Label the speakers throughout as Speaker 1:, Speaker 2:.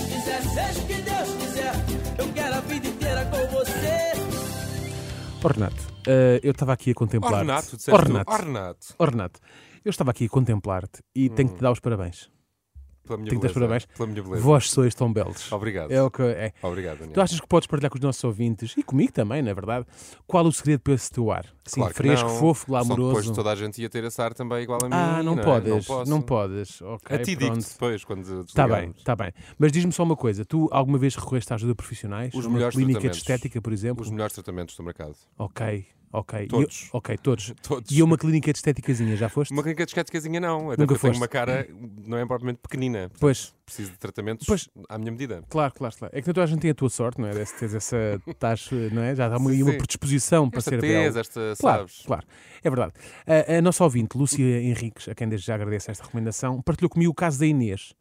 Speaker 1: Seja o que Deus quiser, eu quero a vida inteira com você.
Speaker 2: Ó, Renato, eh, eu estava aqui a contemplar.
Speaker 3: Ornato, disseste
Speaker 2: Ornato.
Speaker 3: tu? Ornato.
Speaker 2: Ornato, eu estava aqui a contemplar-te e tenho que te dar os parabéns.
Speaker 3: Pela minha
Speaker 2: Tenho que dar os
Speaker 3: beleza.
Speaker 2: parabéns.
Speaker 3: Pela minha Hum. beleza.
Speaker 2: Vós sois tão belos.
Speaker 3: Obrigado.
Speaker 2: É o que é.
Speaker 3: Obrigado, Daniel.
Speaker 2: Tu achas que podes partilhar com os nossos ouvintes e comigo também, na verdade, qual o segredo para esse teu ar? Assim,
Speaker 3: Claro que
Speaker 2: fresco,
Speaker 3: não.
Speaker 2: fofo,
Speaker 3: Senão Depois
Speaker 2: glamouroso.
Speaker 3: toda a gente ia ter esse ar também igual a mim.
Speaker 2: Ah, não,
Speaker 3: é?
Speaker 2: podes,
Speaker 3: Não, posso.
Speaker 2: não podes. Ok,
Speaker 3: A ti digo
Speaker 2: pronto.
Speaker 3: depois, quando
Speaker 2: Está bem, tá
Speaker 3: desligarmos.
Speaker 2: está bem. Mas diz-me só uma coisa: tu alguma vez recorreste à ajuda de profissionais?
Speaker 3: Os
Speaker 2: Uma
Speaker 3: melhores
Speaker 2: clínica de
Speaker 3: tratamentos.
Speaker 2: estética, por exemplo?
Speaker 3: Os melhores tratamentos do mercado.
Speaker 2: Ok, ok. E-
Speaker 3: Todos.
Speaker 2: ok, todos.
Speaker 3: Todos.
Speaker 2: E a uma clínica de esteticazinha, já foste?
Speaker 3: Uma clínica de esqueticazinha não. Até
Speaker 2: Nunca
Speaker 3: porque eu tenho
Speaker 2: foste.
Speaker 3: uma cara, não é propriamente pequenina.
Speaker 2: Pois,
Speaker 3: Preciso de tratamentos
Speaker 2: Pois.
Speaker 3: à minha medida.
Speaker 2: claro, claro, claro. É que toda a gente tem a tua sorte, não é? Deve teres essa. Estás, não é? Já há uma,
Speaker 3: Sim,
Speaker 2: uma
Speaker 3: sim.
Speaker 2: predisposição para
Speaker 3: Esta
Speaker 2: ser
Speaker 3: tese,
Speaker 2: belo.
Speaker 3: esta,
Speaker 2: Claro,
Speaker 3: sabes?
Speaker 2: claro, é verdade. A, a nossa ouvinte, Lúcia Henriques, a quem desde já agradeço esta recomendação, partilhou comigo o caso da Inês,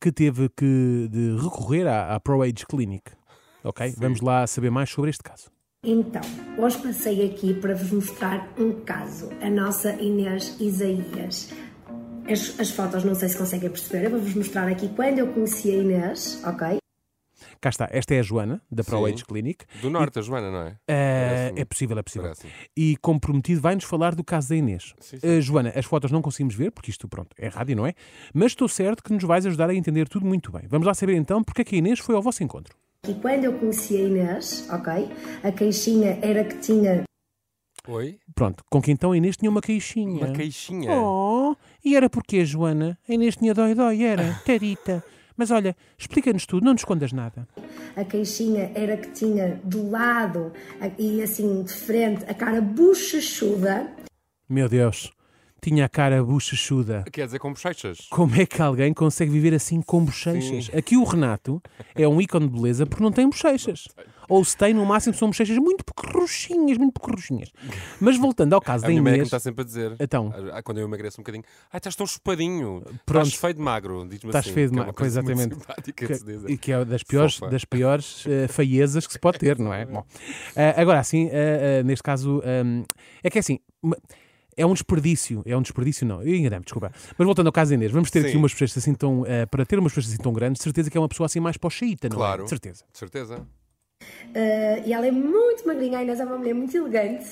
Speaker 2: que teve que de recorrer à, à ProAge Clinic. Ok? Vamos lá saber mais sobre este caso.
Speaker 4: Então, hoje passei aqui para vos mostrar um caso, a nossa Inês Isaías. As, as fotos não sei se conseguem perceber, eu vou-vos mostrar aqui quando eu conheci a Inês, ok?
Speaker 2: Cá está, esta é a Joana, da ProAge
Speaker 3: Sim.
Speaker 2: Clinic.
Speaker 3: Do norte, a Joana, não é?
Speaker 2: Eh,
Speaker 3: Parece-me.
Speaker 2: é possível, é possível.
Speaker 3: Parece-me.
Speaker 2: E como prometido, vai-nos falar do caso da Inês.
Speaker 3: Sim,
Speaker 2: Eh, Joana, as fotos não conseguimos ver, porque isto, pronto, é rádio, não é? Mas estou certo que nos vais ajudar a entender tudo muito bem. Vamos lá saber então porque é que a Inês foi ao vosso encontro.
Speaker 4: E quando eu conheci a Inês, ok? A queixinha era que tinha
Speaker 3: Oi?
Speaker 2: Pronto, com que então a Inês tinha uma queixinha.
Speaker 3: Uma caixinha.
Speaker 2: É. Oh, e era porque a Joana, a Inês tinha dói-dói, era, tarita. Mas olha, explica-nos tudo, não nos escondas nada.
Speaker 4: a queixinha era que tinha do lado a- e assim de frente a cara bochechuda,
Speaker 2: Meu Deus, tinha a cara bochechuda.
Speaker 3: Quer dizer, com bochechas.
Speaker 2: Como é que alguém consegue viver assim com bochechas? Aqui o Renato é um ícone de beleza porque não tem bochechas. Ou se tem, no máximo são bochechas muito pequerruchinhas, muito pequerruchinhas. Mas voltando ao caso
Speaker 3: A
Speaker 2: da
Speaker 3: minha médica me
Speaker 2: Inês,
Speaker 3: está sempre a dizer.
Speaker 2: Então.
Speaker 3: Ah, Quando eu emagreço um bocadinho. Ai, estás tão chupadinho.
Speaker 2: Pronto.
Speaker 3: Estás feio de magro. Diz-me
Speaker 2: Estás
Speaker 3: assim,
Speaker 2: feio Tá de
Speaker 3: que é uma
Speaker 2: magro,
Speaker 3: coisa muito
Speaker 2: exatamente.
Speaker 3: simpática de se dizer.
Speaker 2: que, e que é das piores,
Speaker 3: Fofa.
Speaker 2: das piores eh, feiezas que se pode ter, não é? Bom, ah, agora assim, ah, ah, neste caso, ah, é que é assim. ma- É um desperdício, é um desperdício, não, eu enganei-me, desculpa. Mas voltando ao caso da Inês, vamos ter aqui
Speaker 3: Sim.
Speaker 2: umas bochechas assim tão. ah, para ter umas bochechas assim tão grandes, de certeza que é uma pessoa assim mais pocheíta, não é?
Speaker 3: Claro.
Speaker 2: De certeza.
Speaker 3: De certeza.
Speaker 4: eh, e ela é muito magrinha, a Inês é uma mulher muito elegante.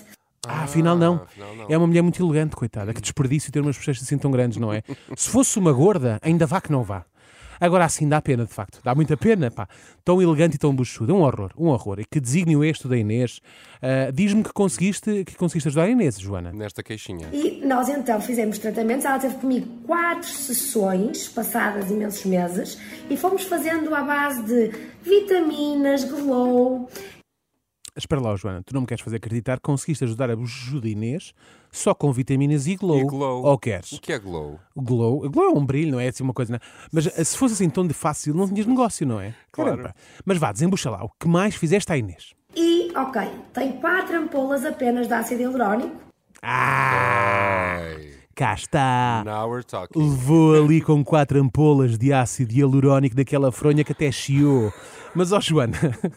Speaker 2: Ah, afinal não.
Speaker 3: afinal não.
Speaker 2: É uma mulher muito elegante, coitada. Que desperdício ter umas bochechas assim tão grandes, não é? Se fosse uma gorda, ainda vá que não vá. Agora assim dá pena, de facto. Dá muita pena, pá. Tão elegante e tão buchuda. Um horror, um horror. E que desígnio este da Inês. Ah, Diz-me que conseguiste, que conseguiste ajudar a Inês, Joana.
Speaker 3: Nesta caixinha.
Speaker 4: E nós então fizemos tratamentos. Ela teve comigo quatro sessões, passadas imensos meses, e fomos fazendo à base de vitaminas, glow.
Speaker 2: Espera lá, Joana. Tu não me queres fazer acreditar que conseguiste ajudar a buchuda Inês só com vitaminas e glow.
Speaker 3: E glow.
Speaker 2: Ou queres?
Speaker 3: O que é glow?
Speaker 2: Glow. Glow é um brilho, não é? É assim uma coisa, não é? Mas eh, se fosse assim tão de fácil, não tinhas negócio, não é?
Speaker 3: Claro.
Speaker 2: Mas vá, desembucha lá. O que mais fizeste à Inês?
Speaker 4: E, ok, tem quatro ampolas apenas de ácido hialurónico.
Speaker 2: Ah!
Speaker 3: Ai,
Speaker 2: Cá está!
Speaker 3: Now we're talking.
Speaker 2: Levou ali com quatro ampolas de ácido hialurónico daquela fronha que até chiou. Mas, ó Joana,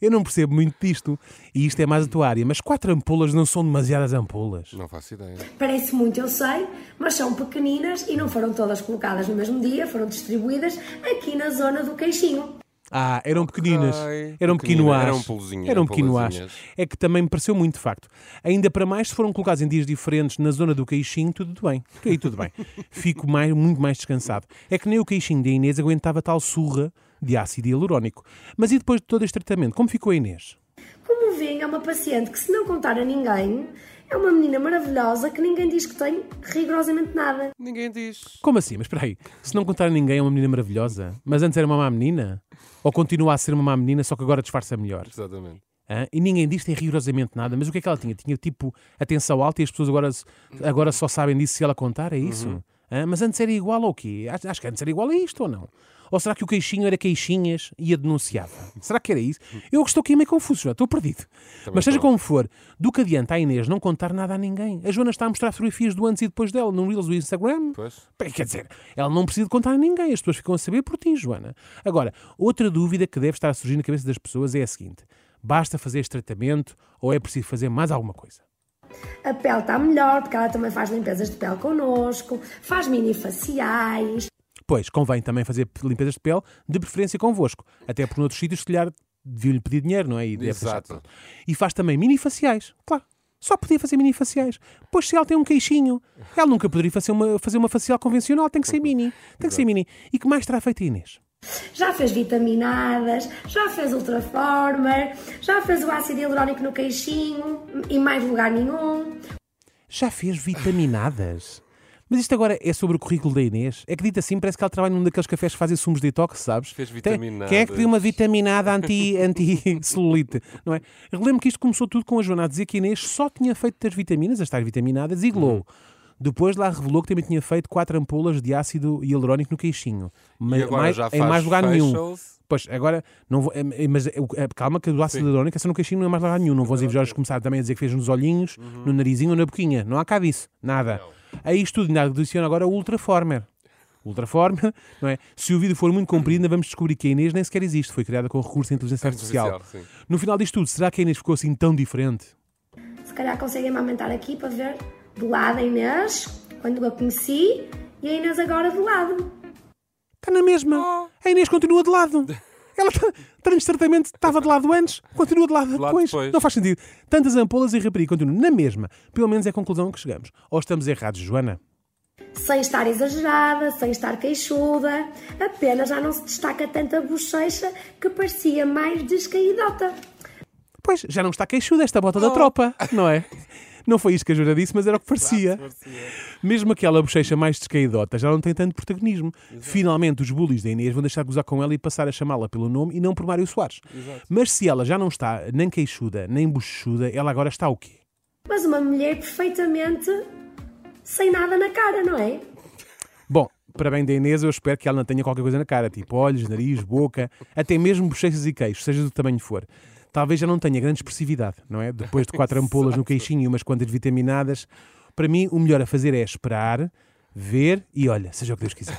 Speaker 2: eu não percebo muito disto. E isto é mais a tua área. Mas quatro ampolas não são demasiadas ampolas.
Speaker 3: Não faço ideia.
Speaker 4: Parece muito, eu sei, mas são pequeninas e não foram todas colocadas no mesmo dia, foram distribuídas aqui na zona do queixinho.
Speaker 2: Ah, eram pequeninas. Eram
Speaker 3: Pequenina,
Speaker 2: pequinoás.
Speaker 3: eram polozinhas,
Speaker 2: Eram pequinoás.
Speaker 3: polazinhas.
Speaker 2: É que também me pareceu muito, de facto. Ainda para mais, se foram colocados em dias diferentes na zona do queixinho, tudo bem. Aí tudo bem. Fico mais, muito mais descansado. É que nem o queixinho da Inês aguentava tal surra de ácido hialurónico. Mas e depois de todo este tratamento, como ficou a Inês?
Speaker 4: Como veem, é uma paciente que, se não contar a ninguém, é uma menina maravilhosa que ninguém diz que tem rigorosamente nada.
Speaker 3: Ninguém diz.
Speaker 2: Como assim? Mas espera aí. Se não contar a ninguém, é uma menina maravilhosa. Mas antes era uma má menina? Ou continua a ser uma má menina, só que agora disfarça melhor?
Speaker 3: Exatamente.
Speaker 2: Hã? E ninguém diz tem rigorosamente nada. Mas o que é que ela tinha? Tinha tipo atenção alta e as pessoas agora, agora só sabem disso se ela contar, é isso? Hã? Mas antes era igual ao quê? Acho, acho que antes era igual a isto ou não? Ou será que o queixinho era queixinhas e a denunciava? Será que era isso? Eu que estou aqui meio confuso, já estou perdido. Mas seja como for, do que adianta a Inês não contar nada a ninguém? A Joana está a mostrar fotografias do antes e depois dela no Reels do Instagram.
Speaker 3: Pois.
Speaker 2: Bem, Quer dizer, ela não precisa de contar a ninguém, as pessoas ficam a saber por ti, Joana. Agora, outra dúvida que deve estar a surgir na cabeça das pessoas é a seguinte: basta fazer este tratamento ou é preciso fazer mais alguma coisa?
Speaker 4: A tá pele está melhor, porque ela também faz limpezas de pele connosco, faz mini faciais.
Speaker 2: Depois, convém também fazer limpezas de pele, de preferência convosco. Até porque noutros sítios, se calhar, deviam-lhe pedir dinheiro, não é? E, deve deixar
Speaker 3: Exato.
Speaker 2: de lado. e faz também mini faciais, claro. Só podia fazer mini faciais. Pois se ela tem um queixinho, ela nunca poderia fazer uma, fazer uma facial convencional, tem que ser mini. Tem que ser mini. E que mais terá feito a Inês?
Speaker 4: Já fez vitaminadas, já fez ultraformer, já fez o ácido hialurónico no queixinho, em mais lugar nenhum.
Speaker 2: Já fez vitaminadas? Mas isto agora é sobre o currículo da Inês. É que dito assim, parece que ela trabalha num daqueles cafés que fazem sumos de detox, sabes?
Speaker 3: Fez
Speaker 2: Tem-
Speaker 3: vitaminadas.
Speaker 2: Quem é que pediu uma vitaminada anti- anti-celulite? não é? Relembro que isto começou tudo com a Joana a dizer que a Inês só tinha feito das vitaminas, as tais vitaminadas, e glow. Depois lá revelou que também tinha feito quatro ampolas de ácido hialurónico no queixinho. Mas
Speaker 3: E agora
Speaker 2: mais-
Speaker 3: já
Speaker 2: em
Speaker 3: faz
Speaker 2: mais lugar nenhum.
Speaker 3: facials?
Speaker 2: Pois, agora, não vou, é- é- mas é- é- calma que do ácido hialurónico é só no queixinho, não é mais lugar nenhum. Não vão os invejores começar também a dizer que fez nos olhinhos,
Speaker 3: Uhum.
Speaker 2: no narizinho ou na boquinha. Não há cá disso. Nada. Aí isto tudo ainda adiciona agora o Ultraformer. Ultraformer, não é? Se o vídeo for muito comprido, ainda vamos descobrir que a Inês nem sequer existe. Foi criada com recurso à inteligência artificial.
Speaker 3: Artificial, sim.
Speaker 2: No final disto tudo, será que a Inês ficou assim tão diferente?
Speaker 4: Se calhar conseguem-me aumentar aqui para ver do lado a Inês, quando a conheci, e a Inês agora do lado.
Speaker 2: Está Tá na mesma. A Inês continua de lado. Ela está, certamente estava de lado antes, continua de lado
Speaker 3: lado
Speaker 2: depois.
Speaker 3: depois.
Speaker 2: Não faz sentido. Tantas ampolas e rapariga continuam na mesma. Pelo menos é a conclusão a que chegamos. Ou estamos errados, Joana?
Speaker 4: Sem estar exagerada, sem estar queixuda, apenas já não se destaca tanta bochecha que parecia mais descaídota.
Speaker 2: Pois, já não está queixuda esta bota da tropa, não é? Não foi isto que a Joana disse, mas era o que parecia. Mesmo aquela bochecha mais descaidota já não tem tanto protagonismo. Finalmente, os bullies da Inês vão deixar de gozar com ela e passar a chamá-la pelo nome e não por Mário Soares. Mas se ela já não está nem queixuda, nem bochechuda, ela agora está o quê?
Speaker 4: Mas uma mulher perfeitamente sem nada na cara, não é?
Speaker 2: Bom, para bem da Inês, eu espero que ela não tenha qualquer coisa na cara, tipo olhos, nariz, boca, até mesmo bochechas e queixos, seja do tamanho que for. Talvez já não tenha grande expressividade, não é? Depois de quatro ampolas no queixinho e umas quantas vitaminadas, para mim o melhor a fazer é esperar, ver e olha, seja o que Deus quiser.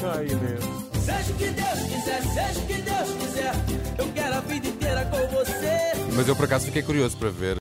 Speaker 1: Seja o que Deus quiser, seja o que Deus quiser, eu quero a vida inteira com você.
Speaker 3: Mas eu por acaso fiquei curioso para ver